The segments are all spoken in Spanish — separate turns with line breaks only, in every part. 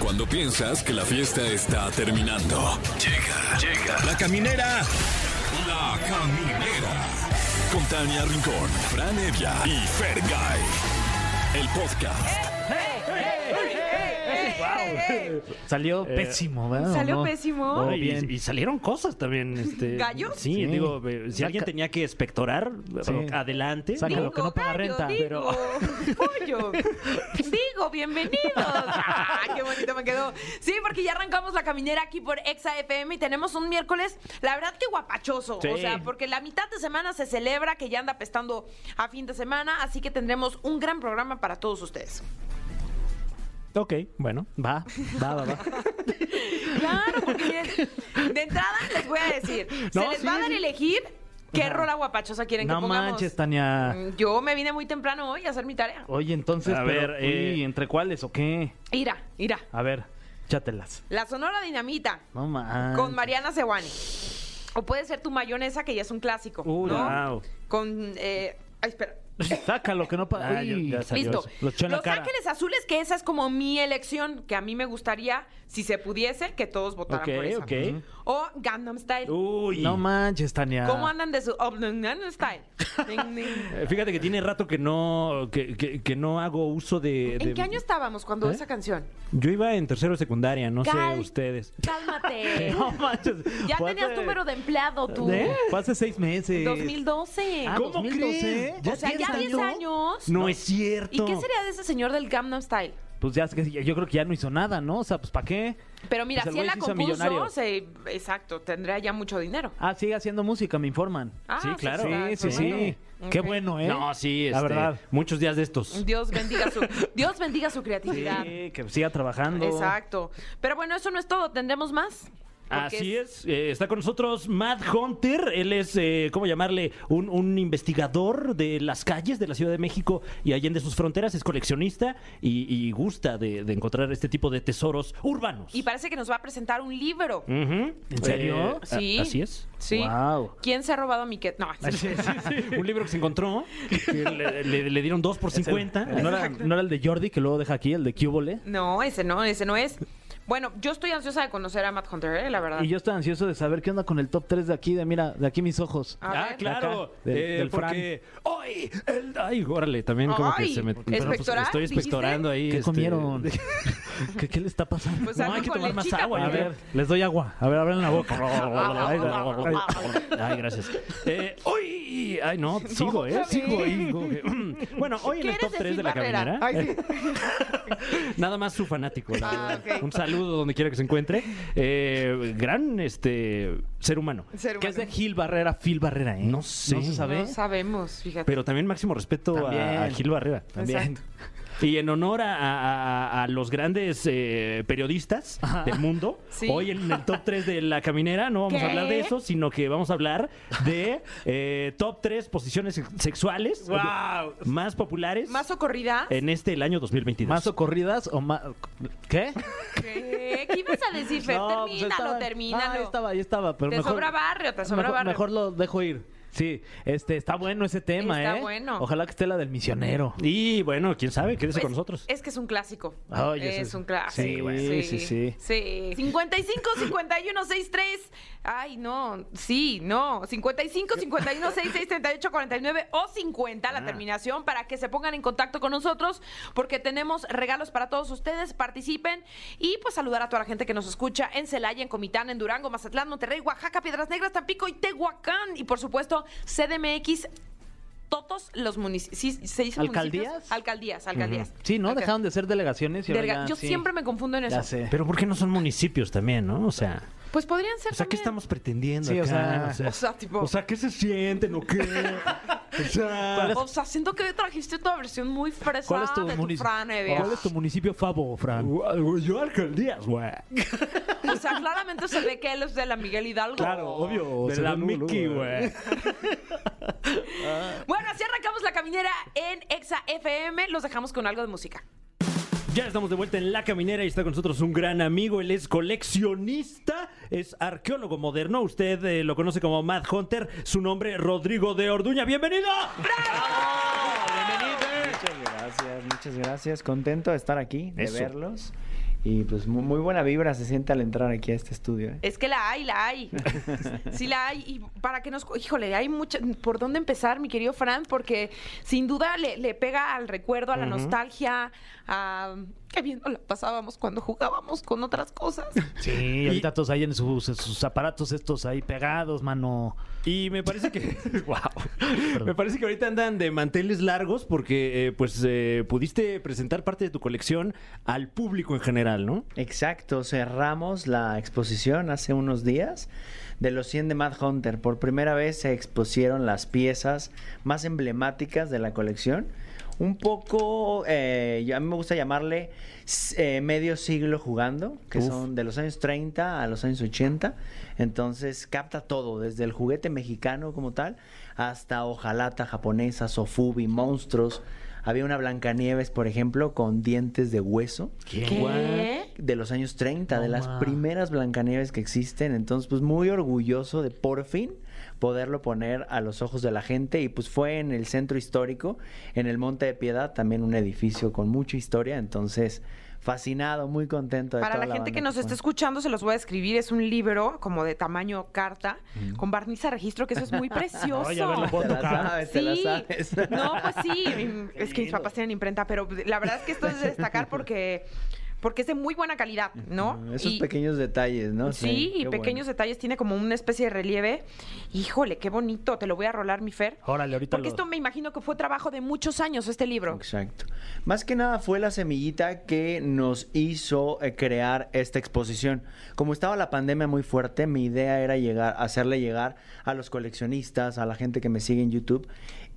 Cuando piensas que la fiesta está terminando. Llega, llega. La caminera. La caminera. Con Tania Rincón, Fran Evia y Fer El podcast.
Eh,
Salió pésimo, ¿verdad?
Salió
¿O no?
pésimo.
No,
Todo
y,
bien.
y salieron cosas también. Este,
¿Gallos?
Sí,
Sí.
digo, eh, si
Saca-
alguien tenía que espectorar,
Sí.
adelante.
Saca- Claro, que no paga
gallo,
renta,
digo, pollo. digo, bienvenidos. Ah, qué bonito me quedó. Sí, porque ya arrancamos la caminera aquí por Exa FM y tenemos un miércoles, la verdad que guapachoso.
Sí.
O sea, porque la mitad de semana se celebra, que ya anda pestando a fin de semana, así que tendremos un gran programa para todos ustedes.
Ok, bueno, va, va, va, va.
Claro, porque miren, de entrada les voy a decir, se
No,
les
sí,
va a dar
sí.
elegir qué
Ajá.
rola guapachosa quieren que
No
pongamos. Mm.
manches, Tania.
Yo me vine muy temprano hoy a hacer mi tarea.
Oye, entonces,
A
pero,
ver, eh,
uy, ¿entre cuáles o qué?
Ira, ira.
A ver, chátelas.
La Sonora Dinamita
No manches.
con Mariana Sebuani. O puede ser tu mayonesa, que ya es un clásico.
Uy,
¿no?
wow.
Con. eh, ay, espera.
Sácalo, que no pasa.
Ah, yo- ya salió
Listo.
eso.
Los echó en la
Los
cara.
Ángeles Azules, que esa es como mi elección, que a mí me gustaría, si se pudiese, que todos votaran
Ok,
por esa.
ok.
O Gangnam Style.
Uy.
No manches, Tania.
¿Cómo andan de su oh, Gangnam Style? Ding, ding.
Eh, Fíjate que tiene rato que no, que, que- que no hago uso de,
¿En
de-
qué año estábamos cuando
¿Eh?
esa canción?
Yo iba en tercero de secundaria, no
Cal-
sé ustedes.
Cálmate.
No manches.
ya
Fue
tenías
hace-
número de empleado tú.
¿Eh? Fue hace seis meses.
2012.
Ah,
¿Cómo
2012?
crees?
o sea, ya 10 años.
No es cierto.
¿Y qué sería de ese señor del Gangnam Style?
Pues ya, es que yo creo que ya no hizo nada, ¿no? O sea, pues ¿para qué?
Pero mira,
Pues el
si él
güey
la
se hizo
compuso,
millonario.
se- exacto, tendría ya mucho dinero.
Ah, sigue haciendo música, me informan.
Ah,
Sí,
se
claro.
está
Sí, sí, sí.
formando.
Qué
Ok.
bueno, ¿eh?
No, sí,
La
este,
verdad.
Muchos días de estos.
Dios bendiga su, Dios bendiga su creatividad.
Sí, que siga trabajando.
Exacto. Pero bueno, eso no es todo. Tendremos más. Porque
Así es, eh, está con nosotros Matt Hunter, él es, eh, ¿cómo llamarle? Un, un investigador de las calles de la Ciudad de México y allende sus fronteras, es coleccionista y, y gusta de, de encontrar este tipo de tesoros urbanos.
Y parece que nos va a presentar un libro.
Ujú. Eh,
¿En serio?
a-
Sí.
así es.
Sí.
Wow.
¿Quién se ha robado mi que? No,
Un libro que se encontró, que le, le- le dieron 2 por 50.
¿No era, no era el de Jordi que luego deja aquí, el de Cubole?
no, ese no, ese no es. Bueno, yo estoy ansiosa de conocer a Matt Hunter, eh, la verdad.
Y yo estoy ansioso de saber qué onda con el top 3 de aquí, de mira, de aquí mis ojos.
A
Ah,
ver.
claro.
Acá, del-
eh,
del
porque hoy el- ay, órale, también como que
Ay,
se me pero, pues,
¿espectoral,
estoy espectorando ahí.
¿Qué
este,
comieron? ¿Qué, qué le está pasando?
Pues
No,
algo
hay que
con
tomar más
lechita,
agua,
A
porque-
ver, les doy agua. A ver, abren la
Ah,
boca. Ay, ay, ay.
Ay, gracias. Eh, hoy, ay, no, sigo, ¿eh?
otra
Sigo
vez.
ahí. como que- Bueno, hoy en
¿Qué
el
eres
top
de
3 de
Sin
la
Barrera?
caminera.
Ay,
eh,
sí.
Nada más su fanático, la
Ah,
verdad.
ok.
Un saludo donde quiera que se encuentre. Eh, gran este ser humano.
Ser humano.
¿Qué es de Gil Barrera, Phil Barrera, eh?
No sé.
No se sabe.
No sabemos, fíjate.
Pero también máximo respeto a- A,
También.
Gil Barrera.
Exacto.
Y en honor a, a- a- a los grandes eh, periodistas del mundo,
Sí.
hoy en el top 3 de la caminera no vamos
¿Qué?
a hablar de eso, sino que vamos a hablar de eh, top 3 posiciones sex- sexuales
¡Guau!
más populares
¿Más socorrida?
Eh.
en este el año 2022.
¿Más socorridas o más...? ¿Qué?
¿Qué? ¿Qué ibas a decir, Fer?
No, pues
termínalo,
estaba- Ah,
termínalo.
ahí estaba, ahí estaba, pero
te
mejor...
sobra barrio, te sobra
mejor,
barrio.
mejor lo dejo ir. Sí, este, está bueno ese tema,
Está
¿eh?
bueno.
Ojalá que esté la del misionero.
y bueno, quién sabe, quédese
Pues,
con nosotros.
Es que es un clásico.
Ay, ese
es
es-
un clásico.
sí, güey. Sí, sí, sí.
Sí. 55 51 63. Ay, no. Sí, no. 55 51 66 38 49 o 50 la
Ah.
terminación para que se pongan en contacto con nosotros porque tenemos regalos para todos ustedes. Participen y pues saludar a toda la gente que nos escucha en Celaya, en Comitán, en Durango, Mazatlán, Monterrey, Oaxaca, Piedras Negras, Tampico y Tehuacán. Y por supuesto, CDMX. Todos los municipios. ¿Se dice municipios?
¿Alcaldías?
Alcaldías, alcaldías.
Sí, ¿no?
Alca-
Dejaron de ser delegaciones y ahora
Verga,
ya,
yo
sí.
siempre me confundo en
Ya
eso.
sé.
Pero ¿por qué no son municipios también, no? O sea,
Pues podrían ser
o sea ¿qué
también.
estamos pretendiendo
Sí, o
acá?
sea-
O sea, tipo-
o sea, ¿qué se sienten o qué? O sea,
O sea, siento que trajiste otra versión muy fresa
¿Cuál es tu,
de tu
munici-
Fran Evia.
¿Cuál es tu municipio favo, Fran?
Gua- Yo alcaldías, güey.
O sea, claramente se ve que él es de la Miguel Hidalgo.
De la Mickey, güey.
Bueno, así arrancamos la caminera en Exa FM. Los dejamos con algo de música.
Ya estamos de vuelta en La Caminera y está con nosotros un gran amigo. Él es coleccionista, es arqueólogo moderno. Usted eh, lo conoce como Matt Hunter. Su nombre, Rodrigo de Orduña. ¡Bienvenido!
Muchas gracias, muchas gracias. Contento de estar aquí, de
Eso.
verlos. Y pues muy, muy buena vibra se siente al entrar aquí a este estudio. ¿eh?
Es que la hay, la hay. Sí la hay. Y para que nos... Híjole, hay mucha... ¿Por dónde empezar, mi querido Fran? Porque sin duda le, le pega al recuerdo, a la nostalgia, a... Qué bien nos la pasábamos cuando jugábamos con otras cosas.
Sí, ahorita todos ahí en sus, en sus aparatos estos ahí pegados, mano.
Y me parece que. ¡Wow! Me parece que ahorita andan de manteles largos porque, eh, pues, eh, pudiste presentar parte de tu colección al público en general, ¿no?
Exacto, cerramos la exposición hace unos días de los 100 de Mad Hunter. Por primera vez se expusieron las piezas más emblemáticas de la colección. Un poco, eh, yo- a mí me gusta llamarle eh, medio siglo jugando, que son de los años 30 a los años 80. Entonces capta todo, desde el juguete mexicano como tal, hasta ojalata japonesa, sofubi, monstruos. Había una Blancanieves, por ejemplo, con dientes de hueso
¿Qué?
de los años 30, de
No
las
ma.
primeras Blancanieves que existen. Entonces, pues muy orgulloso de por fin poderlo poner a los ojos de la gente. Y pues fue en el centro histórico, en el Monte de Piedad, también un edificio con mucha historia. Entonces, fascinado, muy contento de
Para
toda
la gente
banda
que nos
fue.
está escuchando, se los voy a escribir. Es un libro como de tamaño carta, con barniz a registro, que eso es muy precioso.
Oye, a ver, lo puedo
Te la
tocar.
sabes, te la sabes.
No, pues sí. Es que mis papás tienen imprenta, pero la verdad es que esto es de destacar porque, porque es de muy buena calidad, ¿no?
Esos
Y-
pequeños detalles, ¿no?
Sí, y
qué
pequeños
bueno.
detalles. Tiene como una especie de relieve. Híjole, qué bonito. Te lo voy a rolar, mi Fer.
Órale, ahorita
Porque
lo-
esto me imagino que fue trabajo de muchos años, este libro.
Exacto. Más que nada fue la semillita que nos hizo eh, crear esta exposición. Como estaba la pandemia muy fuerte, mi idea era llegar, hacerle llegar a los coleccionistas, a la gente que me sigue en YouTube,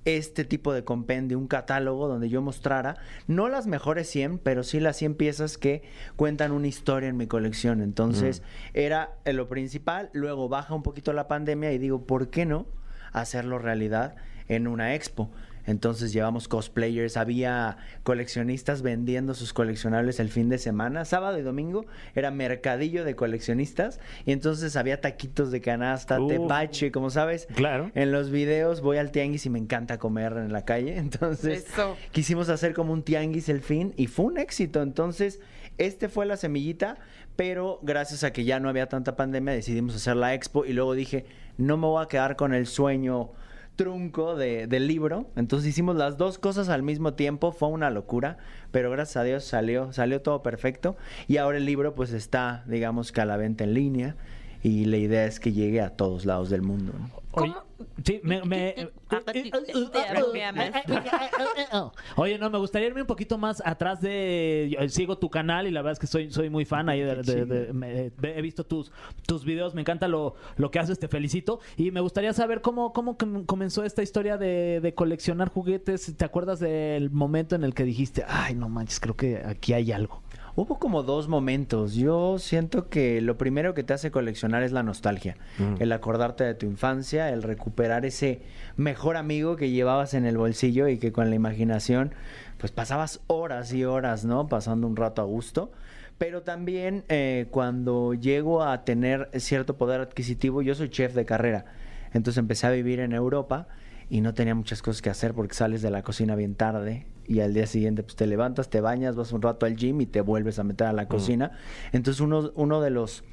este tipo de compendio, un catálogo donde yo mostrara no las mejores 100, pero sí las 100 piezas que cuentan una historia en mi colección. Entonces, era eh, lo principal, luego baja un poquito la pandemia y digo, ¿por qué no hacerlo realidad en una expo? Entonces llevamos cosplayers, había coleccionistas vendiendo sus coleccionables el fin de semana, sábado y domingo era mercadillo de coleccionistas y entonces había taquitos de canasta,
Uf.
tepache, como sabes.
Claro.
En los videos voy al tianguis y me encanta comer en la calle, entonces
Eso.
quisimos hacer como un tianguis el fin y fue un éxito. Entonces, este fue la semillita, pero gracias a que ya no había tanta pandemia decidimos hacer la expo y luego dije, no me voy a quedar con el sueño trunco de- del libro. Entonces hicimos las dos cosas al mismo tiempo, fue una locura, pero gracias a Dios salió, salió todo perfecto y ahora el libro pues está, digamos que a la venta en línea y la idea es que llegue a todos lados del mundo. ¿no?
Oye, Sí, me,
Ah,
eh, me- Oye, no, me gustaría irme un poquito más atrás de. yo eh, Sigo tu canal y la verdad es que soy, soy muy fan ahí. de- de- de- me- de- he visto tus, tus videos, me encanta lo, lo que haces, te felicito. Y me gustaría saber cómo, cómo com- comenzó esta historia de, de coleccionar juguetes. ¿Te acuerdas del momento en el que dijiste, ay, no manches, creo que aquí hay algo?
Hubo como dos momentos. Yo siento que lo primero que te hace coleccionar es la nostalgia. El acordarte de tu infancia, el recuperar ese mejor amigo que llevabas en el bolsillo y que con la imaginación pues pasabas horas y horas, ¿no? Pasando un rato a gusto. Pero también eh, cuando llego a tener cierto poder adquisitivo, yo soy chef de carrera. Entonces empecé a vivir en Europa y no tenía muchas cosas que hacer porque sales de la cocina bien tarde y al día siguiente pues te levantas, te bañas, vas un rato al gym y te vuelves a meter a la cocina. Entonces uno, uno de los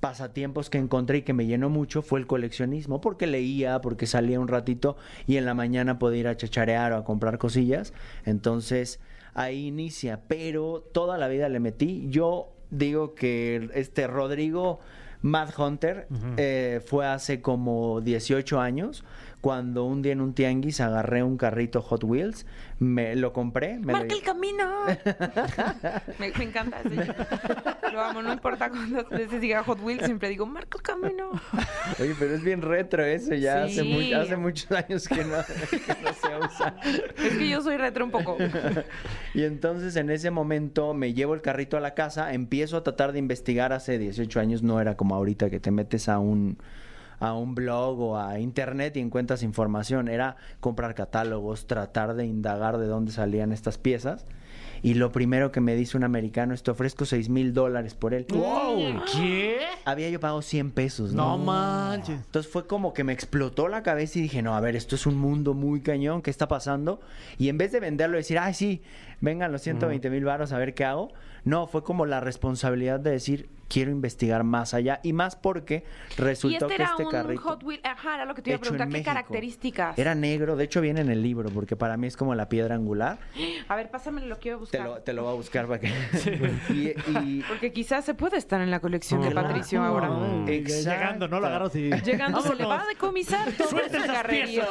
pasatiempos que encontré y que me llenó mucho fue el coleccionismo, porque leía, porque salía un ratito y en la mañana podía ir a chacharear o a comprar cosillas. Entonces ahí inicia, pero toda la vida le metí. Yo digo que este Rodrigo Mad Hunter eh, fue hace como 18 años. Cuando un día en un tianguis agarré un carrito Hot Wheels, me lo compré, me lo
¡Marca el camino! me, me encanta. sí. Lo amo, no importa cuántas veces diga Hot Wheels, siempre digo, marca el camino.
Oye, pero es bien retro eso, ya hace,
Sí.
mu- hace muchos años que no, que no se usa.
Es que yo soy retro un poco.
Y entonces en ese momento me llevo el carrito a la casa, empiezo a tratar de investigar, hace 18 años no era como ahorita que te metes a un a un blog o a internet y encuentras información, era comprar catálogos, tratar de indagar de dónde salían estas piezas. Y lo primero que me dice un americano es te ofrezco 6 mil dólares por él.
¡Wow! ¿Qué?
Había yo pagado 100 pesos,
No manches.
entonces fue como que me explotó la cabeza y dije, no, a ver, esto es un mundo muy cañón, ¿qué está pasando? Y en vez de venderlo y decir, ay, sí, vengan los 120 mil varos a ver qué hago. No, fue como la responsabilidad de decir, quiero investigar más allá y más porque
Y
resultó
este
que
era
este
un
carrito...
Hot Wheel. Ajá, era lo que te iba a
hecho en
preguntar. ¿Qué
México.
características?
Era negro, de hecho viene en el libro, porque para mí es como la piedra angular.
A ver, pásamelo, lo quiero
Te
buscar.
lo, te lo va a buscar para que. Y, y-
Porque quizás se puede estar en la colección de
Claro.
Patricio ahora.
Mm.
Ya
Exacto.
Llegando, ¿no? Lo agarras y.
Llegando se le va a
Vámonos.
decomisar todo
Suelta
ese
esas
carrerío.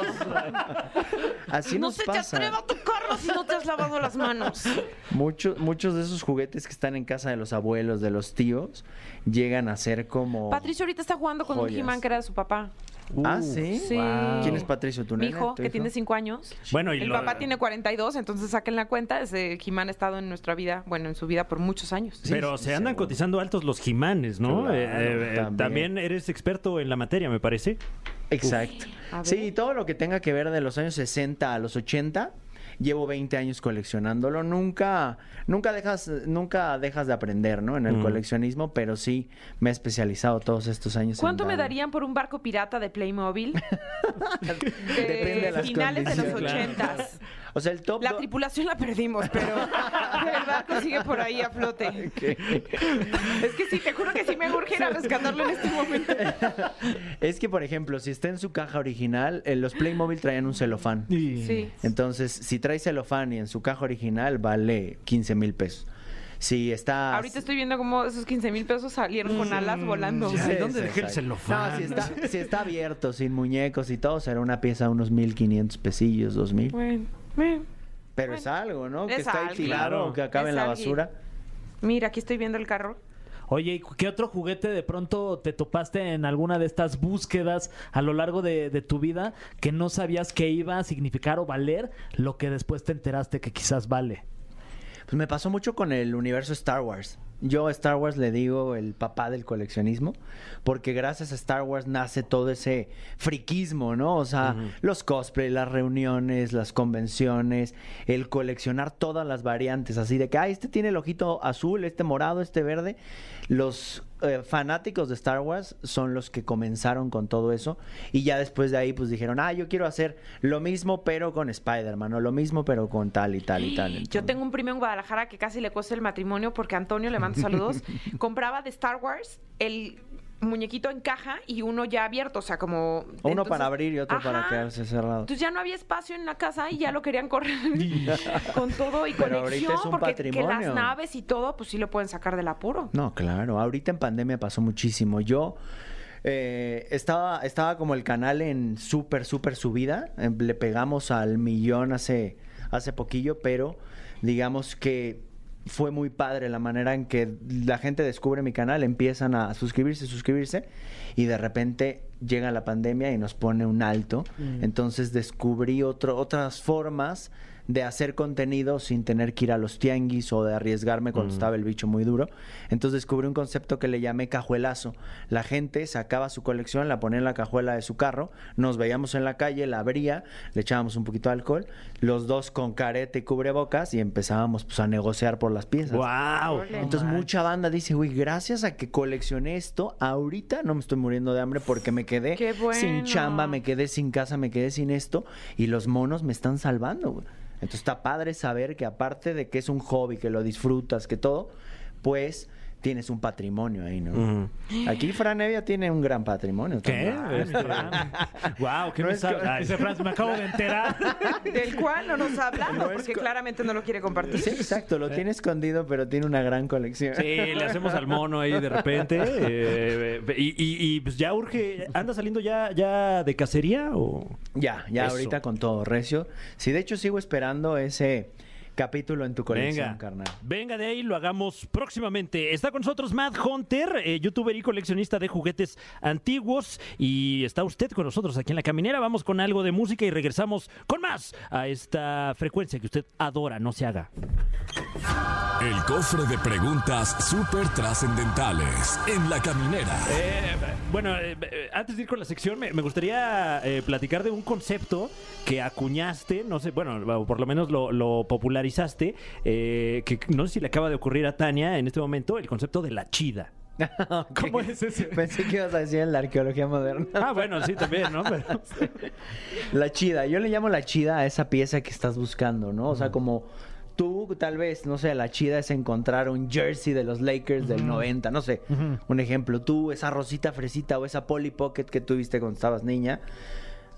así
no
nos
se
pasa.
te atreva a tocarlo si no te has lavado las manos.
Mucho- muchos de esos juguetes que están en casa de los abuelos, de los tíos, llegan a ser como.
Patricio ahorita está jugando con
Joyas.
un He-Man que era de su papá.
Ah, sí.
Sí.
¿Quién es Patricio? ¿Tu
Mi
nene,
hijo,
tu
que tiene 5 años.
Bueno, y
El
lo-
papá tiene 42, entonces saquen la cuenta. Ese He-Man ha estado en nuestra vida, bueno, en su vida por muchos años.
Pero
sí,
se andan
seguro.
cotizando altos los jimanes, ¿no?
Claro,
Eh, eh, eh,
también.
también. eres experto en la materia, me parece.
Exacto.
A
Sí,
ver.
todo lo que tenga que ver de los años 60 a los 80, llevo 20 años coleccionándolo. Nunca, nunca dejas, nunca dejas de aprender, ¿no? En el coleccionismo, pero sí me he especializado todos estos años. en
¿Cuánto me
darle.
darían por un barco pirata de Playmobil?
Depende de las
finales de los
condiciones.
ochentas.
O sea, el top.
La
do-
tripulación la perdimos, pero el barco sigue por ahí a flote. Es que sí, te juro que sí me urge ir a rescatarlo en este momento.
es que, por ejemplo, si está en su caja original, eh, los Playmobil traían un celofán.
Sí.
Entonces, si trae celofán y en su caja original, vale 15 mil pesos. Si está.
Ahorita estoy viendo cómo esos 15 mil pesos salieron con
Mm,
alas volando.
Ya,
Sí,
¿y dónde
sí,
dejé el
exacto.
celofán?
No, si está, si está abierto, sin muñecos y todo, será una pieza de unos 1500 pesillos, 2000.
Bueno, bueno.
Pero es algo, ¿no? Que
es
está ahí
algo.
tirado,
Claro.
que acabe
Es
en la
algo.
basura.
Mira, aquí estoy viendo el carro.
Oye, ¿y qué otro juguete de pronto te topaste en alguna de estas búsquedas a lo largo de, de tu vida que no sabías que iba a significar o valer lo que después te enteraste que quizás vale?
Pues me pasó mucho con el universo Star Wars. Yo a Star Wars le digo el papá del coleccionismo, porque gracias a Star Wars nace todo ese friquismo, ¿no? O sea, los cosplay, las reuniones, las convenciones, el coleccionar todas las variantes, así de que, ah, este tiene el ojito azul, este morado, este verde. Los eh, fanáticos de Star Wars son los que comenzaron con todo eso y ya después de ahí pues dijeron, ah, yo quiero hacer lo mismo pero con Spider-Man o lo mismo pero con tal y tal y tal.
Yo
Entonces-
tengo un primo en Guadalajara que casi le cuesta el matrimonio porque Antonio, le mando saludos, compraba de Star Wars el muñequito en caja y uno ya abierto, o sea, como...
Uno
entonces-
para abrir y otro para
Ajá.
quedarse cerrado.
Entonces ya no había espacio en la casa y ya lo querían correr con todo y
Pero ahorita
conexión
es un
porque que
patrimonio.
las naves y todo pues sí lo pueden sacar del apuro.
No, claro. Ahorita en pandemia pasó muchísimo. Yo eh, estaba, estaba como el canal en súper, súper subida. Em, Le pegamos al millón hace, hace poquillo, pero digamos que fue muy padre la manera en que la gente descubre mi canal, empiezan a suscribirse, suscribirse, y de repente llega la pandemia y nos pone un alto.
Mm.
Entonces descubrí otro, otras formas de hacer contenido sin tener que ir a los tianguis o de arriesgarme cuando estaba el bicho muy duro. Entonces descubrí un concepto que le llamé cajuelazo. La gente sacaba su colección, la ponía en la cajuela de su carro, nos veíamos en la calle, la abría, le echábamos un poquito de alcohol, los dos con careta y cubrebocas y empezábamos pues, a negociar por las piezas.
¡Wow!
Órale.
Entonces mucha banda dice, güey, gracias a que coleccioné esto, ahorita no me estoy muriendo de hambre porque me quedé
Qué
sin
bueno.
chamba, me quedé sin casa, me quedé sin esto y los monos me están salvando. güey. Entonces está padre saber que aparte de que es un hobby, que lo disfrutas, que todo, pues tienes un patrimonio ahí, ¿no? Aquí Fran Evia tiene un gran patrimonio.
Mm. ¿Qué?
también.
¡Wow! ¿Qué
No
me
es que-
sabe? Ay,
Dice Franz, me acabo de enterar.
Del cual no nos ha hablado
No es
porque
co-
claramente no lo quiere compartir.
Sí, exacto, lo tiene escondido, pero tiene una gran colección.
Sí, le hacemos al mono ahí de repente. eh, eh, y, y- y, pues ya urge. ¿Anda saliendo ya, ya de cacería o.?
Ya, ya
Eso.
ahorita con todo, Recio. Sí, de hecho sigo esperando ese capítulo en tu colección,
Venga,
carnal.
venga de ahí, lo hagamos próximamente. Está con nosotros Matt Hunter, eh, youtuber y coleccionista de juguetes antiguos. Y está usted con nosotros aquí en la caminera. Vamos con algo de música y regresamos con más a esta frecuencia que usted adora, no se haga.
El cofre de preguntas súper trascendentales en la caminera.
Eh, bueno, eh, eh, antes de ir con la sección, me, me gustaría eh, platicar de un concepto que acuñaste, no sé, bueno, o por lo menos lo, lo popularizaste, eh, que no sé si le acaba de ocurrir a Tania en este momento, el concepto de la chida.
¿Cómo es ese? Pensé que ibas a decir en la arqueología moderna.
Ah, bueno, sí, también, ¿no? Pero-
La chida, yo le llamo la chida a esa pieza que estás buscando, ¿no? O sea, como tú tal vez, no sé, la chida es encontrar un jersey de los Lakers del 90, no sé, un ejemplo, tú esa rosita fresita o esa Polly Pocket que tuviste cuando estabas niña.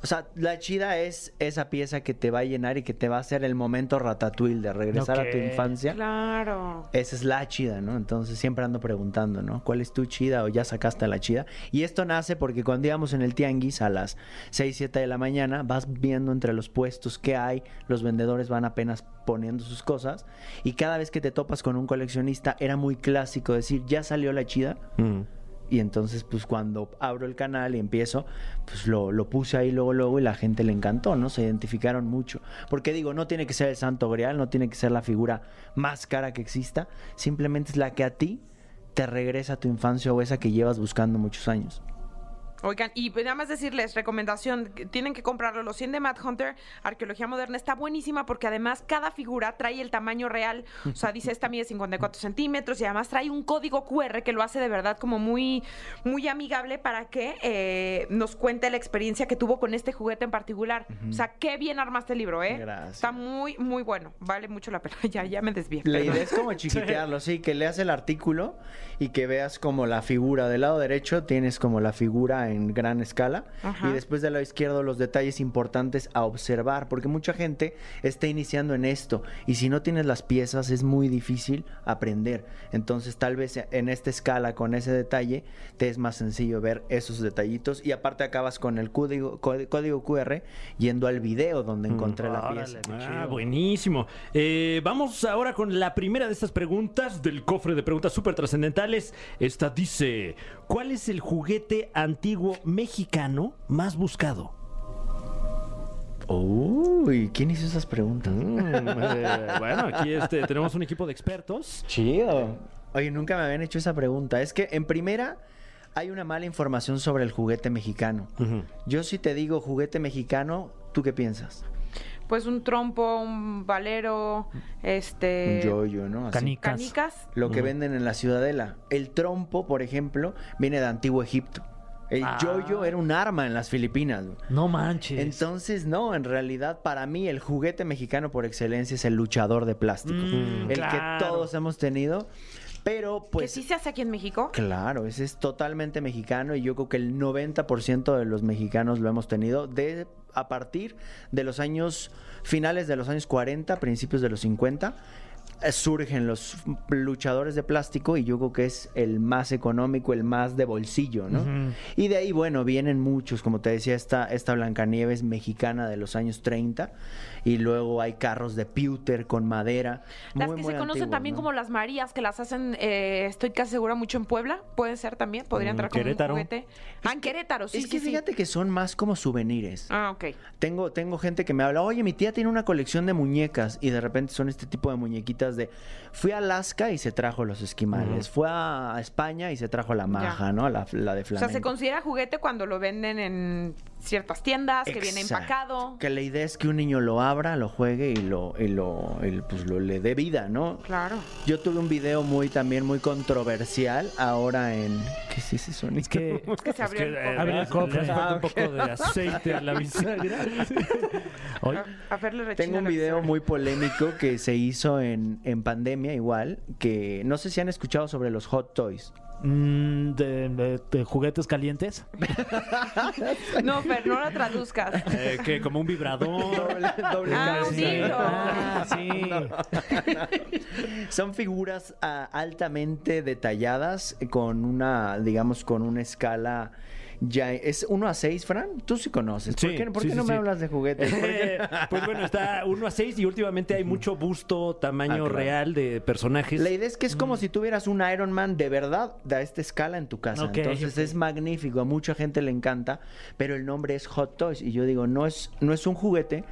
O sea, la chida es esa pieza que te va a llenar y que te va a hacer el momento ratatouille de regresar a tu
Ok.
infancia.
Claro.
Esa es la chida, ¿no? Entonces siempre ando preguntando, ¿no? ¿Cuál es tu chida o ya sacaste la chida? Y esto nace porque cuando íbamos en el tianguis a las 6, 7 de la mañana, vas viendo entre los puestos qué hay, los vendedores van apenas poniendo sus cosas y cada vez que te topas con un coleccionista era muy clásico decir, ya salió la chida.
Mm,
Y entonces, pues cuando abro el canal y empiezo, pues lo, lo puse ahí luego, luego y la gente le encantó, ¿no? Se identificaron mucho. Porque digo, no tiene que ser el santo grial, no tiene que ser la figura más cara que exista, simplemente es la que a ti te regresa a tu infancia o esa que llevas buscando muchos años.
Oigan, y pues nada más decirles, recomendación, que tienen que comprarlo. Los 100 de Mad Hunter, Arqueología Moderna, está buenísima porque además cada figura trae el tamaño real. O sea, dice esta mide 54 centímetros y además trae un código QR que lo hace de verdad como muy, muy amigable para que eh, nos cuente la experiencia que tuvo con este juguete en particular. O sea, qué bien armaste el libro, ¿eh?
Gracias.
Está muy, muy bueno. Vale mucho la pena. ya, ya me desvié.
La
perdón.
idea es como chiquitearlo, sí, que leas el artículo y que veas como la figura. Del lado derecho tienes como la figura en gran escala
Ajá.
y después del lado izquierdo los detalles importantes a observar, porque mucha gente está iniciando en esto y si no tienes las piezas es muy difícil aprender. Entonces tal vez en esta escala con ese detalle te es más sencillo ver esos detallitos y aparte acabas con el código, código- código QR yendo al video donde
Mm,
encontré la
Órale,
pieza.
qué
Ah,
chido.
buenísimo. Eh, vamos ahora con la primera de estas preguntas del cofre de preguntas súper trascendentales. Esta dice: ¿Cuál es el juguete antiguo mexicano más buscado?
Oh.
Uy, ¿quién hizo esas preguntas?
Mm, eh, bueno, aquí este, tenemos un equipo de expertos.
Chido. Oye, nunca me habían hecho esa pregunta. Es que en primera hay una mala información sobre el juguete mexicano. Yo si te digo juguete mexicano, ¿tú qué piensas?
Pues un trompo, un valero, este...
Eh,
Un yoyo, ¿no? Así.
Canicas.
Canicas.
Lo que venden en la ciudadela. El trompo, por ejemplo, viene de antiguo Egipto. El
Ah.
yoyo era un arma en las Filipinas. güey.
No manches.
Entonces, no, en realidad, para mí, el juguete mexicano por excelencia es el luchador de plástico.
Mm,
el
claro.
que todos hemos tenido. Pero, pues.
que sí se hace aquí en México.
Claro, ese es totalmente mexicano y yo creo que el 90% de los mexicanos lo hemos tenido de a partir de los años finales de los años 40, principios de los 50. eh, Surgen los luchadores de plástico y yo creo que es el más económico, el más de bolsillo, ¿no? Y de ahí, bueno, vienen muchos, como te decía, esta, esta Blancanieves mexicana de los años 30 y luego hay carros de pewter con madera.
Las
muy,
que
muy
se conocen
antiguos,
también
¿no?
como las Marías, que las hacen, eh, estoy casi segura, mucho en Puebla. Pueden ser también, podrían
Mm,
entrar como
Querétaro.
un juguete. Ah, en Querétaro, sí,
es que
sí, sí.
fíjate que son más como souvenirs.
Ah, ok.
Tengo, tengo gente que me habla, oye, mi tía tiene una colección de muñecas y de repente son este tipo de muñequitas de, fui a Alaska y se trajo los esquimales, fue a España y se trajo la maja, ¿no? La, la de
O sea, se
flamenco.
considera juguete cuando lo venden en ciertas tiendas, que viene
Exacto.
empacado.
Que la idea es que un niño lo abra, lo juegue y lo, y lo, y, pues lo le dé vida, ¿no?
Claro.
Yo tuve un video muy también muy controversial ahora en ¿qué es ese sonido?
Es que.
Es que se abrió el
eh,
cofre.
abre el cofre.
un poco de aceite a la bisagra.
Oye,
A ver, le rechina
Tengo un
la
video
visera.
muy polémico que se hizo en, en pandemia igual, que no sé si han escuchado sobre los hot toys.
mm, de, de- de juguetes calientes.
No, Fer, no lo traduzcas.
Eh,
eh, que como un vibrador.
Doble- doble
Ah,
cara.
un dildo.
Ah, sí.
Son figuras ah, altamente detalladas con una, digamos, con una escala ya es 1 a 6, Fran. Tú sí conoces.
Sí,
¿Por qué, por
sí,
qué
sí,
no me
sí.
hablas de juguetes? ¿Por qué?
Eh, pues bueno, está 1 a 6 y últimamente hay mucho busto, tamaño
Ah, claro.
real de personajes.
La idea es que es como si tuvieras un Iron Man de verdad a esta escala en tu casa.
Ok,
Entonces
ok.
es magnífico, a mucha gente le encanta, pero el nombre es Hot Toys y yo digo, no es, no es un juguete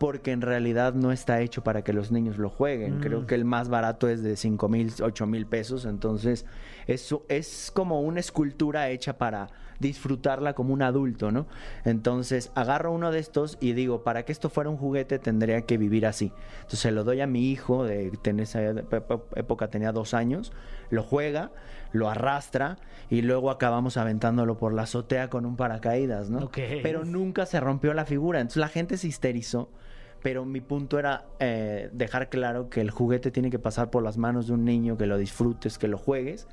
porque en realidad no está hecho para que los niños lo jueguen. Creo que el más barato es de 5 mil, 8 mil pesos, entonces eso es como una escultura hecha para disfrutarla como un adulto, ¿no? Entonces agarro uno de estos y digo, para que esto fuera un juguete tendría que vivir así. Entonces se lo doy a mi hijo, de, que en esa e-, ep- ep- época tenía dos años, lo juega, lo arrastra y luego acabamos aventándolo por la azotea con un paracaídas, ¿no?
Ok.
Pero nunca se rompió la figura, entonces la gente se histerizó. Pero mi punto era eh, dejar claro que el juguete tiene que pasar por las manos de un niño, que lo disfrutes, que lo juegues,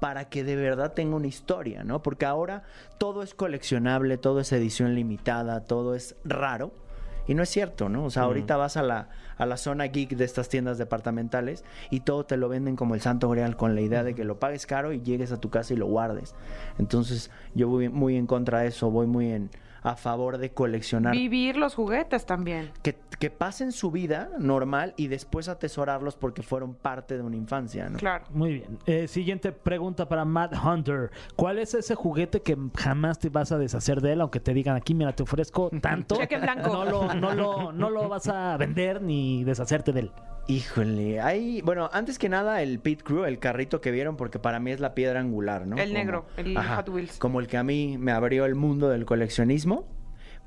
para que de verdad tenga una historia, ¿no? Porque ahora todo es coleccionable, todo es edición limitada, todo es raro. Y no es cierto, ¿no? O sea, ahorita vas a la, a la zona geek de estas tiendas departamentales y todo te lo venden como el santo grial con la idea de que lo pagues caro y llegues a tu casa y lo guardes. Entonces, yo voy muy en contra de eso, voy muy en a favor de coleccionar
Vivir los juguetes también.
que, que pasen su vida normal y después atesorarlos porque fueron parte de una infancia, ¿no?
Claro.
Muy bien. Eh, siguiente pregunta para Matt Hunter. ¿Cuál es ese juguete que jamás te vas a deshacer de él, aunque te digan aquí, mira, te ofrezco tanto?
Cheque en blanco.
No lo, no, lo, no lo vas a vender ni deshacerte de él.
Híjole, hay, bueno, antes que nada el Pit Crew, el carrito que vieron, porque para mí es la piedra angular, ¿no?
El negro, el Hot Wheels.
Como el que a mí me abrió el mundo del coleccionismo.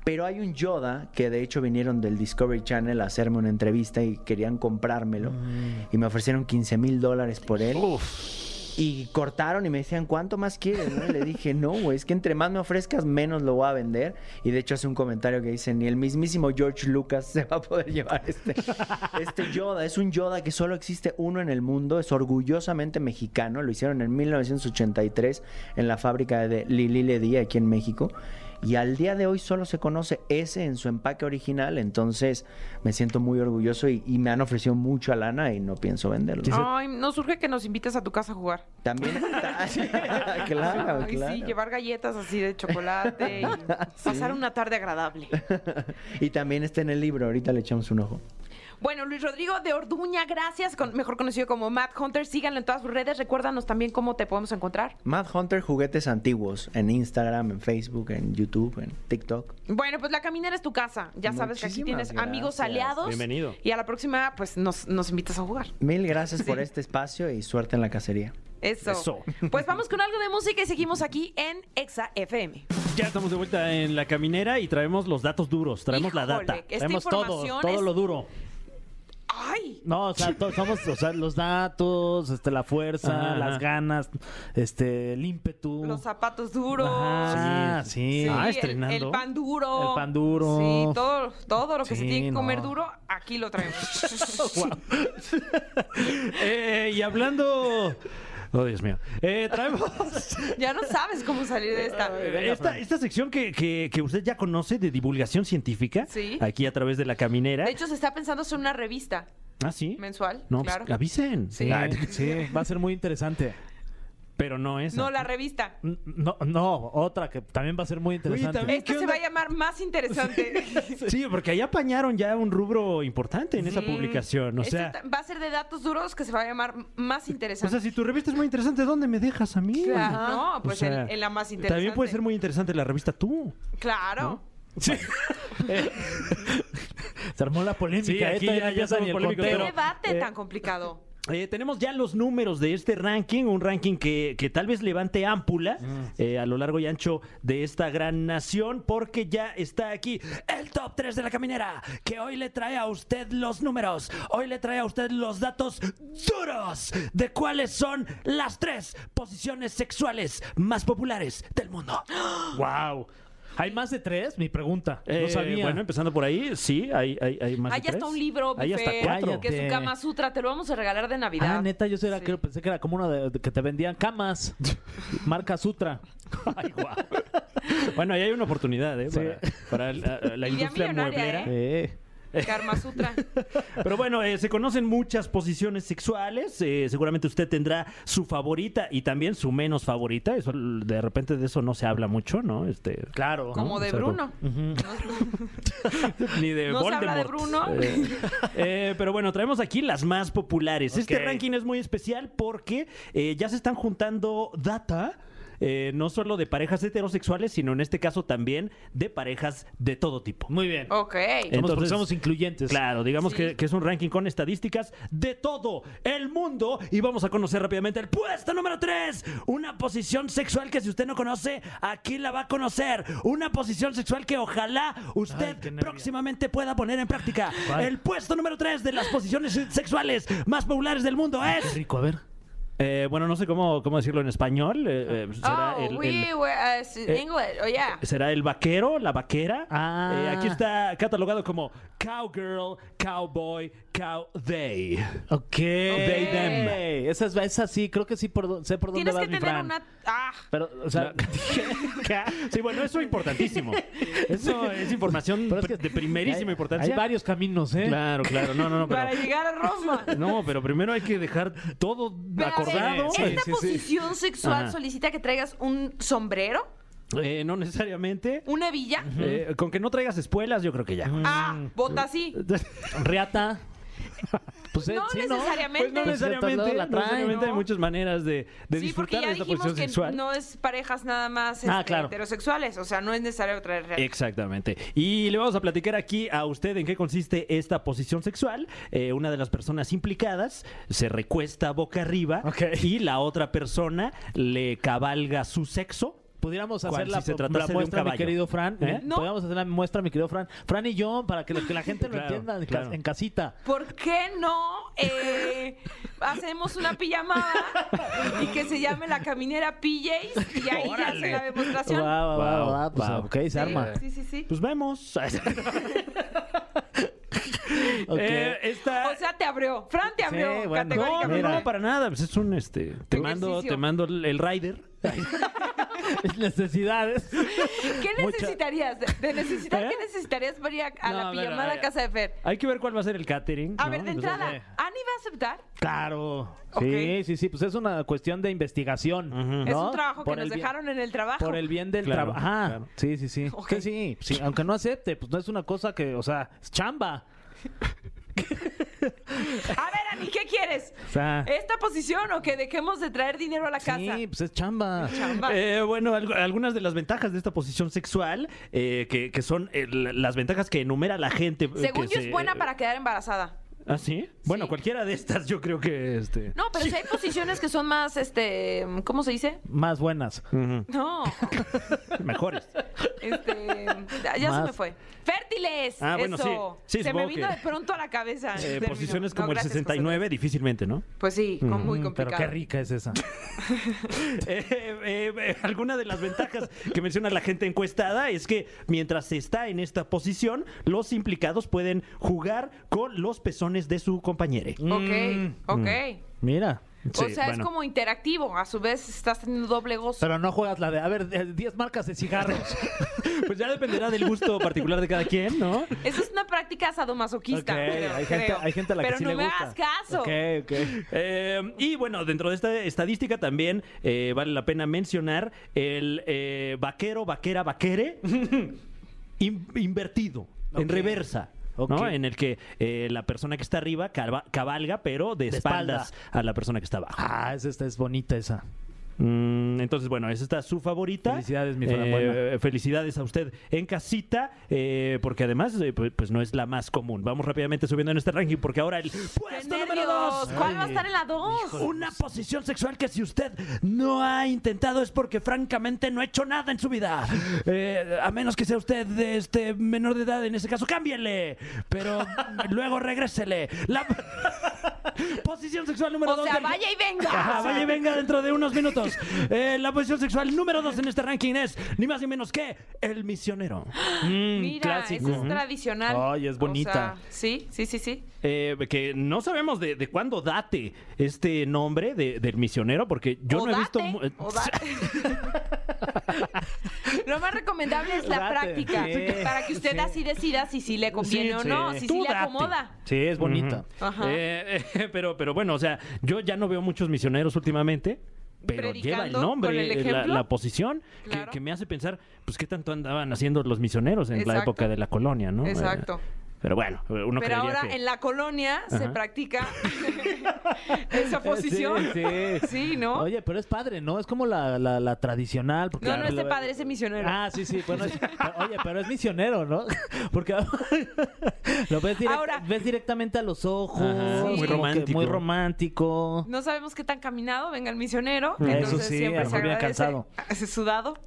Pero hay un Yoda que de hecho vinieron del Discovery Channel a hacerme una entrevista y querían comprármelo.
Mm.
Y me ofrecieron 15 mil dólares por él. Y cortaron y me decían, ¿cuánto más quieres? no? Y le dije, no, güey, es que entre más me ofrezcas, menos lo voy a vender. Y de hecho hace un comentario que dice, ni el mismísimo George Lucas se va a poder llevar este, este Yoda. Es un Yoda que solo existe uno en el mundo, es orgullosamente mexicano. Lo hicieron en 1983 en la fábrica de Lili Ledía aquí en México. Y al día de hoy solo se conoce ese en su empaque original, entonces me siento muy orgulloso y, y me han ofrecido mucha lana y no pienso venderlo.
Ay, nos surge que nos invites a tu casa a jugar.
También. claro,
Ay,
claro.
sí, llevar galletas así de chocolate y pasar una tarde agradable.
y también está en el libro, ahorita le echamos un ojo.
Bueno, Luis Rodrigo de Orduña, gracias, con- mejor conocido como Matt Hunter. Síganlo en todas sus redes. Recuérdanos también cómo te podemos encontrar.
Mad Hunter Juguetes Antiguos en Instagram, en Facebook, en YouTube, en TikTok.
Bueno, pues la caminera es tu casa. Ya sabes que aquí
Muchísimas
tienes amigos
gracias.
aliados.
Bienvenido.
Y a la próxima, pues nos, nos invitas a jugar.
Mil gracias por este espacio y suerte en la cacería.
Eso.
Eso.
Pues vamos con algo de música y seguimos aquí en Exa FM.
Ya estamos de vuelta en la caminera y traemos los datos duros, traemos la
Híjole,
data.
esta
Tenemos todo,
información
todo
es-
lo duro.
¡Ay!
No, o sea, to- somos, o sea, los datos, este, la fuerza,
Ajá.
las ganas, este, el ímpetu.
Los zapatos duros.
Ah,
Sí,
sí.
Sí,
Ah,
el-
estrenando.
El, pan duro.
El pan duro.
Sí, todo, todo lo que se
Sí,
tiene que comer
no.
duro, aquí lo traemos.
Eh, y hablando. Oh, Dios mío. Eh, traemos
ya no sabes cómo salir de esta.
Eh, esta, esta sección que, que- que usted ya conoce de divulgación científica.
Sí.
Aquí a través de la caminera.
De hecho, se está pensando hacer una revista
ah, sí.
mensual.
No, pues,
claro.
avisen.
Sí.
Ah,
Sí, va a ser muy interesante.
pero no es.
no, la revista.
N- No, no, otra que también va a ser muy interesante.
también-
Esta
¿qué
se
onda?
va a llamar más interesante.
Sí, porque ahí apañaron ya un rubro importante en esa
Sí.
publicación. O
Este
sea,
ta- va a ser de datos duros que se va a llamar más
o
interesante.
sea, si tu revista es muy interesante, ¿dónde me dejas a mí?
Claro,
Ajá.
no,
O
pues
sea,
en, en la más interesante.
También puede ser muy interesante la revista tú.
Claro.
Se armó la polémica.
Sí,
esto
aquí ya- ya
empieza
somos
ni el
polémicos,
¿Qué
conteo.
pero-
debate tan complicado?
Eh, tenemos ya los números de este ranking, un ranking que, que tal vez levante ámpula
Mm.
eh, a lo largo y ancho de esta gran nación, porque ya está aquí el top 3 de la caminera, que hoy le trae a usted los números, hoy le trae a usted los datos duros de cuáles son las tres posiciones sexuales más populares del mundo.
Wow. ¿Hay más de tres? Mi pregunta. no
Eh,
sabía.
Bueno, empezando por ahí, sí, hay, hay, hay más. de
Ahí está
tres.
un libro,
Ahí hasta
Buffet,
cuatro.
que es un
Cállate.
Kama Sutra, te lo vamos a regalar de Navidad.
ah, neta, yo será
Sí.
que pensé que era como una de, de que te vendían camas. Marca Sutra.
Ay, guau. Bueno, ahí hay una oportunidad ¿eh?
Sí.
para, para la, la
Idea
industria
millonaria,
mueblera.
¿eh? Karma Sutra.
Pero bueno, eh, se conocen muchas posiciones sexuales. eh, seguramente usted tendrá su favorita y también su menos favorita. Eso, de repente de eso no se habla mucho, ¿no? Este,
Claro.
¿no?
Como
O
de
sea,
Bruno.
Ni de
No se habla de
Voldemort.
Bruno.
Eh, eh, pero bueno, traemos aquí las más populares. Este
Ok.
ranking es muy especial porque eh, ya se están juntando data. eh, no solo de parejas heterosexuales, sino en este caso también de parejas de todo tipo.
Muy bien.
Ok.
Somos,
Entonces-
somos incluyentes.
Claro, digamos
Sí.
que, que es un ranking con estadísticas de todo el mundo. Y vamos a conocer rápidamente el puesto número 3. Una posición sexual que si usted no conoce, aquí la va a conocer. Una posición sexual que ojalá usted
Ay, qué nervio.
próximamente pueda poner en práctica.
¿Cuál?
El puesto número 3 de las posiciones sexuales más populares del mundo
Qué
es
rico, a ver.
Eh, bueno, no sé cómo, cómo decirlo en español. eh, eh, será
Oh,
el- el-
we were uh, s-
eh,
English. Oh, yeah.
¿Será el vaquero, la vaquera?
Ah.
Eh, aquí está catalogado como cowgirl, cowboy, cow they.
Ok.
They, them.
Esa, es, esa sí, creo que sí por, do- sé por dónde
Tienes
va
que
mi
tener
Fran.
una. Ah.
Pero, o sea,
Sí, bueno, eso es importantísimo. Eso es información
Pero es que
de primerísima
hay-
importancia.
Hay varios caminos, ¿eh?
Claro, claro. No, no, no.
Para
Pero,
llegar a Roma.
no, pero primero hay que dejar todo
Pero, a ver,
acordado.
sí,
¿Esta
sí, sí.
posición sexual
Ajá.
solicita que traigas un sombrero?
Eh, no necesariamente.
¿Una hebilla?
Eh, con que no traigas espuelas, yo creo que ya.
Ah, bota así.
Reata. Pues, eh,
No
sí,
necesariamente.
Pues no
Pues, de todos
necesariamente,
lados la
no
traen,
necesariamente
¿no?
hay muchas maneras de, de
sí, porque
disfrutar
ya
de esta
dijimos
posición
que
sexual.
no es parejas nada más
Ah,
este,
claro.
heterosexuales, o sea, no es necesario traer real.
Exactamente. Y le vamos a platicar aquí a usted en qué consiste esta posición sexual. Eh, una de las personas implicadas se recuesta boca arriba
Ok.
y la otra persona le cabalga su sexo.
Pudiéramos
¿Cuál?
hacer la,
Si se
la
tratase de un
muestra, mi
caballo.
querido Fran.
¿Eh?
No.
Podríamos hacer la muestra, mi querido Fran. Fran y yo, para que, lo- que la gente lo
Claro,
entienda en,
claro.
cas- en casita.
¿Por qué no eh, hacemos una pijamada y que se llame la caminera PJs y ahí ya hace la demostración?
Va, va, va,
Wow,
va, pues,
wow.
Ok, se arma.
Sí, sí, sí.
Pues vemos.
Ok.
Eh, esta-
O sea, te abrió. Fran te abrió
Sí, bueno.
no, no,
categóricamente.
no, para nada. Pues es un este. Te
Un
mando,
ejercicio.
te mando el el rider.
Necesidades.
¿Qué
Mucha-
necesitarías? De, de necesitar,
¿Eh?
¿Qué necesitarías para ir a, a
No,
la
a ver,
pijamada
a
a
ver.
casa de Fer?
Hay que ver cuál va a ser el catering.
A
¿no? pues,
ver, de
Entonces,
entrada,
eh.
¿Ani va a aceptar?
Claro. Sí,
Ok.
sí, sí. Pues es una cuestión de investigación.
Ujú.
Es
¿no?
un trabajo que
Por
nos
el bien-
dejaron en el trabajo.
Por el bien del
Claro,
trabajo. Ajá.
claro.
Sí, sí, sí.
Ok.
Sí, sí, sí. Aunque no acepte, pues no es una cosa que, o sea, es chamba.
A ver, Ani, ¿qué quieres?
O sea,
¿Esta posición o que dejemos de traer dinero a la casa?
sí, pues es chamba.
Chamba.
Eh, bueno, algu- algunas de las ventajas de esta posición sexual, eh, que, que son eh, la- las ventajas que enumera la gente. eh,
Según
que
yo
se-
es buena para quedar embarazada.
¿Ah, sí? Bueno,
Sí.
cualquiera de estas yo creo que... Este...
No, pero si hay posiciones que son más, este, ¿cómo se dice?
Más buenas.
Ujú.
No,
Mejores.
este, ya se
Más.
me fue. Fértiles.
Ah, bueno,
eso.
sí. Sí,
se me
supongo
vino
que-
de pronto a la cabeza.
Eh,
Termino.
posiciones
No,
como el
gracias, José.
69 difícilmente, ¿no?
Pues sí, con- muy
Mm, Pero
complicado.
qué rica es esa.
Eh, eh, eh, alguna de las ventajas que menciona la gente encuestada es que mientras se está en esta posición, los implicados pueden jugar con los pezones de su compañero.
Mm,
Ok, ok.
Mira.
o sea, es como interactivo. A su vez, estás teniendo doble gozo.
Pero no juegas la de, a ver, eh, 10 marcas de cigarros.
Pues ya dependerá del gusto particular de cada quien, ¿no?
Eso es una práctica sadomasoquista.
Ok,
creo,
hay gente-
creo.
hay gente a la que
Pero
sí
no
le
me
gusta.
hagas caso.
ok, ok.
Eh, y bueno, dentro de esta estadística también eh, vale la pena mencionar el eh, vaquero, vaquera, vaquere in- invertido, en
Ok.
reversa. ¿no?
Ok.
En el que eh, la persona que está arriba caba- cabalga, pero de,
De espalda.
espaldas a la persona que está abajo.
Ah, esa esta es bonita esa.
Mm, entonces, bueno, esa está su favorita.
Felicidades, mi Fran,
Eh,
buena.
Felicidades a usted en casita, eh, porque además, eh, pues, pues no es la más común. Vamos rápidamente subiendo en este ranking, porque ahora el
¡Qué
puesto número
nervios!
dos.
¿Cuál va a estar en la dos?
Una posición sexual que si usted no ha intentado es porque francamente no ha hecho nada en su vida. Eh, a menos que sea usted de este menor de edad, en ese caso cámbienle. Pero luego regrésele. La posición sexual número
O
2.
sea, vaya y venga.
Ajá, vaya y venga dentro de unos minutos. Eh, la posición sexual número 2 en este ranking es ni más ni menos que el misionero.
Ah, Mira,
Mm, clásico.
eso es tradicional.
Ay, es
O
bonita.
sea, sí, sí, sí, sí.
Eh, que no sabemos de, de cuándo date este nombre de- del misionero, porque yo
O
no he visto.
date,
mu-
o date. Lo más recomendable es la
Date,
práctica.
sí,
para que usted
sí.
así decida si sí le conviene
Sí,
o
sí.
no, si
Tú
sí le
date.
acomoda.
Sí, es bonita.
Ajá.
Eh, eh, pero, pero bueno, o sea, yo ya no veo muchos misioneros últimamente. Pero lleva el
Predicando
nombre,
con el
eh, la,
ejemplo.
la posición, que-
Claro.
que, me hace pensar, pues qué tanto andaban haciendo los misioneros en la
Exacto.
época de la colonia, ¿no? Eh,
Exacto.
pero bueno, uno
Pero
creería
ahora
que-
en la colonia se
Ajá.
practica esa posición.
Sí, sí.
Sí, ¿no?
Oye, pero es padre, ¿no? Es como la, la, la tradicional. Porque
no, no, este padre, ese misionero.
Ah, sí, sí. Bueno, es- oye, pero es misionero, ¿no? Porque lo ves, direct-
Ahora-
ves directamente a los ojos.
Ajá,
muy
como que
romántico.
Muy romántico.
No sabemos qué tan caminado venga el misionero.
Eso
entonces
sí, a
siempre se
lo mejor bien
agradece.
cansado.
Sudado.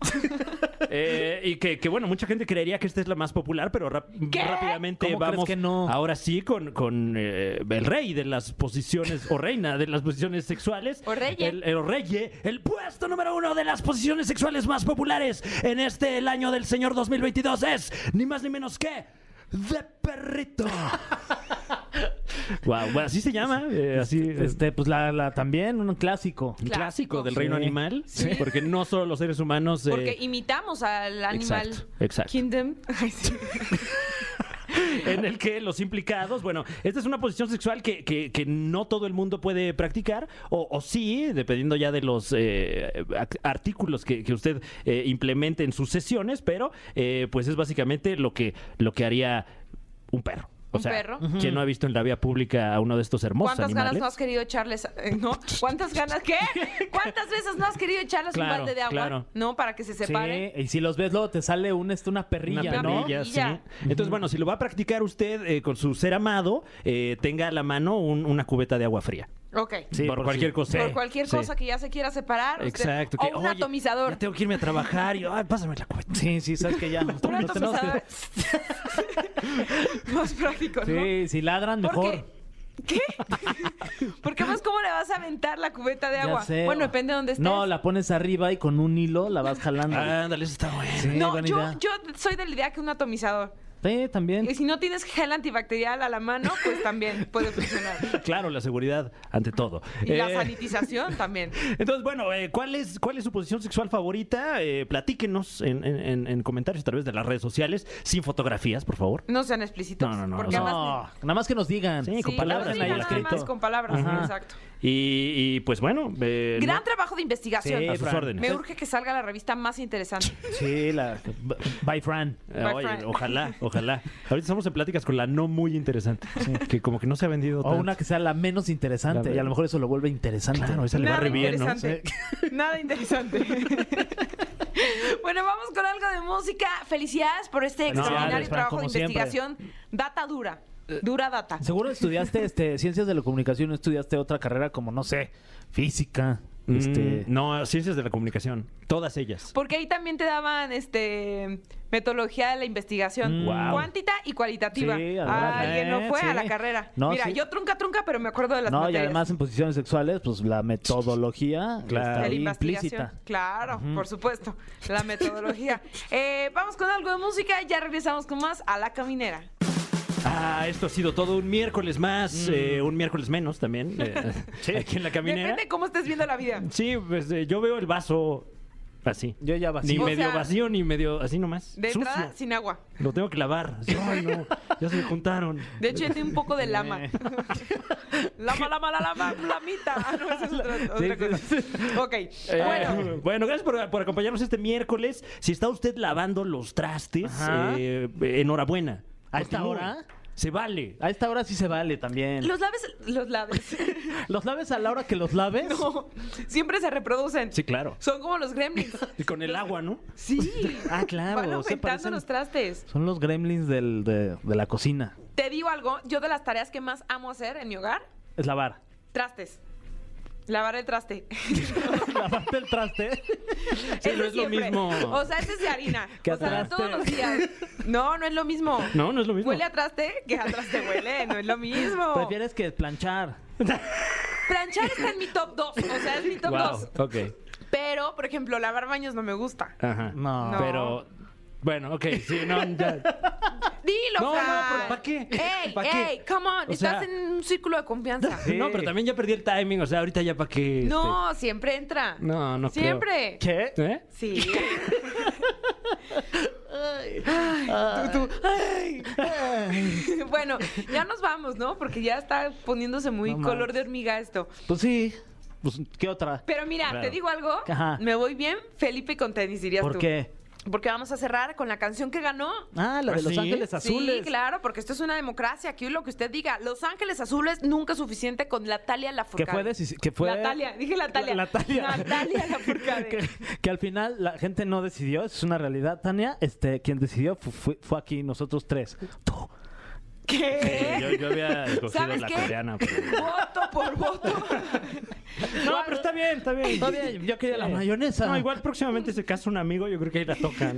Eh, y que, que, bueno, mucha gente creería que esta es la más popular, pero rap-
¿Qué?
rápidamente
¿Cómo
vamos
crees que no?
ahora sí con, con eh, el rey de las posiciones, o reina de las posiciones sexuales.
O reye.
El, el reye, el puesto número uno de las posiciones sexuales más populares en este, el año del señor 2022 es, ni más ni menos que, de perrito. wow, bueno, así se llama, eh, así...
Este, pues la, la también, un clásico.
un clásico del
Sí.
reino animal,
Sí.
porque no solo los seres humanos... eh,
Porque imitamos al animal
Exacto, exacto.
Kingdom. Ay, sí.
en el que los implicados, bueno, esta es una posición sexual que, que- que no todo el mundo puede practicar, o, o sí, dependiendo ya de los eh, ac- artículos que, que usted eh, implemente en sus sesiones, pero eh, pues es básicamente lo que, lo que haría un perro. O
Un
sea,
perro.
¿quién no ha visto en la vía pública a uno de estos hermosos
¿Cuántas
animales?
ganas no has querido echarles, eh, no? ¿Cuántas ganas qué? ¿Cuántas veces no has querido echarles un
Claro,
balde de agua?
claro.
No, para que se
Sí,
separen.
y si los ves luego te sale un, este, una perrilla,
Una
¿no?
perrilla, sí.
Perrilla.
Entonces, bueno, si lo va a practicar usted eh, con su ser amado, eh, tenga a la mano un- una cubeta de agua fría.
Ok.
Sí,
por,
por
cualquier
si-
cosa.
Por cualquier
Sí.
cosa que ya se quiera separar. usted-
Exacto. que,
o un
"Oye,
atomizador.
ya tengo que irme a trabajar y ay, pásame la cubeta.
Sí, sí, sabes que ya. nos-
Un
nos tenemos que-
atomizador. Más práctico, ¿no?
Sí, si ladran,
¿Por
mejor.
¿Qué? ¿Qué? Porque más cómo le vas a aventar la cubeta de
Ya
agua.
sé.
Bueno, depende de dónde estés.
No, la pones arriba y con un hilo la vas jalando.
Ándale, eso está bueno.
Sí,
No,
buena
yo,
idea.
yo soy de la idea que un atomizador.
Sí, también.
Y si no tienes gel antibacterial a la mano, pues también puede funcionar.
Claro, la seguridad ante todo.
Y la
Eh,
sanitización también.
entonces, bueno, eh, ¿cuál, es, ¿cuál es su posición sexual favorita? Eh, platíquenos en, en- en- en comentarios a través de las redes sociales, sin fotografías, por favor.
No sean explícitos.
No, no, no,
Porque
no.
además.
No, nada más que nos digan.
Sí, con
Sí,
palabras
no,
ahí
sí, nada
escrito.
más con palabras,
Ajá.
exacto.
Y, y, pues bueno, eh,
Gran
no- eh, pues,
trabajo de investigación.
Sí,
a sus
Fran.
órdenes.
Me urge que salga la revista más interesante.
Sí, la. Bye, Fran.
Eh,
Bye,
oye,
Fran.
ojalá, ojalá. Ahorita estamos en pláticas con la no muy interesante, que como que no se ha vendido
O
tanto.
una que sea la menos interesante.
La-
y a lo mejor eso lo vuelve interesante.
Claro, esa le va
Nada
re bien, ¿no?
interesante. Nada interesante. bueno, vamos con algo de música. Felicidades por este
Felicidades,
extraordinario
Fran,
trabajo de
como siempre.
investigación. Data dura. Dura data.
Seguro estudiaste este, ciencias de la comunicación, estudiaste otra carrera como, no sé, física. Este,
Mm, No, ciencias de la comunicación. Todas ellas.
Porque ahí también te daban este metodología de la investigación,
Mm. Guau.
cuantita y cualitativa.
Sí, además,
Alguien
eh,
no fue
sí.
a la carrera.
No,
Mira,
sí.
yo trunca trunca, pero me acuerdo de las
no, y
materias.
además en posiciones sexuales, pues la metodología
Claro.
de
está
la
ahí
investigación.
implícita.
Claro, por supuesto. La metodología. Eh, vamos con algo de música y ya regresamos con más a la caminera.
Ah, esto ha sido todo un miércoles más, eh, un miércoles menos también. eh, Aquí en la caminera.
Depende de cómo estés viendo la vida.
Sí, pues eh, yo veo el vaso así.
Yo ya vacío.
Ni
O
medio
sea,
vacío, ni medio así nomás.
De
Sucio.
entrada, sin agua.
Lo tengo que lavar. Así, Ay, no. Ya se me juntaron.
De hecho, yo tengo un poco de lama.
Eh.
lama, lama, la lama, lamita. Ah, no, esa es otra, otra cosa. Ok.
Eh,
Bueno,
bueno. gracias por, por acompañarnos este miércoles. Si está usted lavando los trastes,
Ajá.
eh, enhorabuena.
¿A esta
Continúe.
hora?
Se vale.
A esta hora sí se vale también.
los laves, los laves.
¿Los laves a la hora que los laves?
No, siempre se reproducen.
Sí, claro.
Son como los gremlins.
Y con el agua, ¿no?
Sí.
Ah, claro,
Van
se
aumentando
parecen.
los trastes.
Son los gremlins del- de, de la cocina.
Te digo algo, yo de las tareas que más amo hacer en mi hogar,
Es lavar.
trastes. Lavar el traste.
Lavarte el traste.
Ese
no es lo
siempre.
mismo.
O sea, ese es de harina.
Que
o sea,
atraste.
todos los días. No, no es lo mismo.
No, no es lo mismo.
Huele a traste que a traste huele, no es lo mismo.
Prefieres que planchar.
Planchar está en mi top 2, o sea, es mi top 2.
wow. Ok.
Pero, por ejemplo, lavar baños no me gusta.
Ajá.
No.
No.
Pero. Bueno, ok, sí, no, ya.
Dilo,
No, no,
Fran.
pero ¿pa' qué?
Ey,
¿Pa' qué?
ey, come on,
O
estás
sea-
en un círculo de confianza.
Sí.
No, pero también ya perdí el timing, o sea, ahorita ya para qué. este,
No, siempre entra.
No, no creo.
Siempre.
¿Qué?
¿Eh?
Sí.
Tú, tú, ay, ay.
bueno, ya nos vamos, ¿no? Porque ya está poniéndose muy
No
color
manches.
de hormiga esto.
Pues sí. Pues, ¿qué otra?
Pero mira,
Claro.
te digo algo.
Ajá.
Me voy bien, Felipe con tenis, dirías
¿Por
tú.
qué?
Porque vamos a cerrar con la canción que ganó.
Ah, la
¿Ah,
de Los
sí?
Ángeles Azules.
Sí, claro, porque esto es una democracia. Aquí lo que usted diga. Los Ángeles Azules nunca es suficiente con Natalia
Que
Lafourcade.
fue, deci- que fue
Natalia, dije Natalia.
La- Natalia.
Natalia Lafourcade.
que, que al final la gente no decidió, eso es una realidad, Tania. Este, quien decidió fu- fue, fue aquí nosotros tres. Tú.
¿Qué?
Yo, yo había escogido
¿Sabes
la
qué?
coreana. pues. pero-
Voto por voto.
No, pero está bien, está bien.
Está bien, yo quería la mayonesa.
No, igual próximamente se casa un amigo, yo creo que ahí la tocan.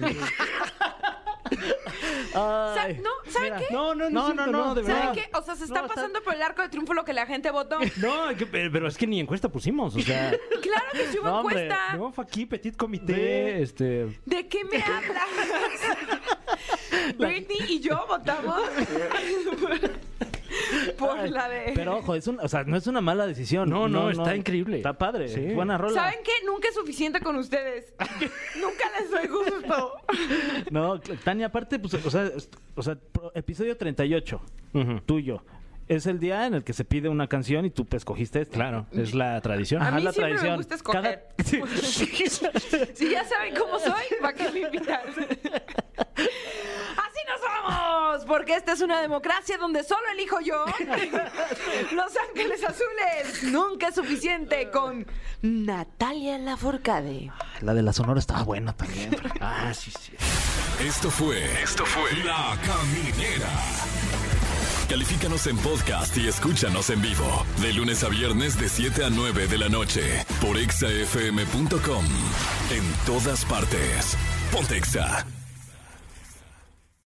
Sa-
Ay,
no, ¿saben
mira.
qué?
No, no, no,
No,
es cierto,
no, no,
de
¿Saben
verdad.
qué? O sea, se está
No, está-
pasando por el arco de triunfo lo que la gente votó.
No, que- pero pero es que ni encuesta pusimos, o sea.
Claro que sí hubo
No, hombre,
encuesta.
No, fue aquí, Petit Comité, este.
¿De qué me hablas? Britney y yo votamos por- por la de.
Pero ojo, es un, o sea, no es una mala decisión.
No, no, está increíble.
Está padre.
Sí.
Buena rola.
¿Saben qué? Nunca es suficiente con ustedes. Nunca les doy gusto.
No, Tania, aparte, pues, o sea, est- o sea, pro- episodio 38,
Ujú.
tuyo. Es el día en el que se pide una canción y tú pues, escogiste esta.
Claro, es la tradición.
A mí
la
siempre me
tradición.
gusta escoger.
Cada-
Si ya saben cómo soy, ¿para qué me invitan? Así nos vamos, porque esta es una democracia donde solo elijo yo. Los Ángeles Azules, nunca es suficiente con Natalia Laforcade.
La de la Sonora estaba buena también. Fran.
Ah, sí, sí.
Esto fue. Esto fue. La Caminera. Califícanos en podcast y escúchanos en vivo. De lunes a viernes de 7 a 9 de la noche. Por exafm.com. En todas partes. Pontexa.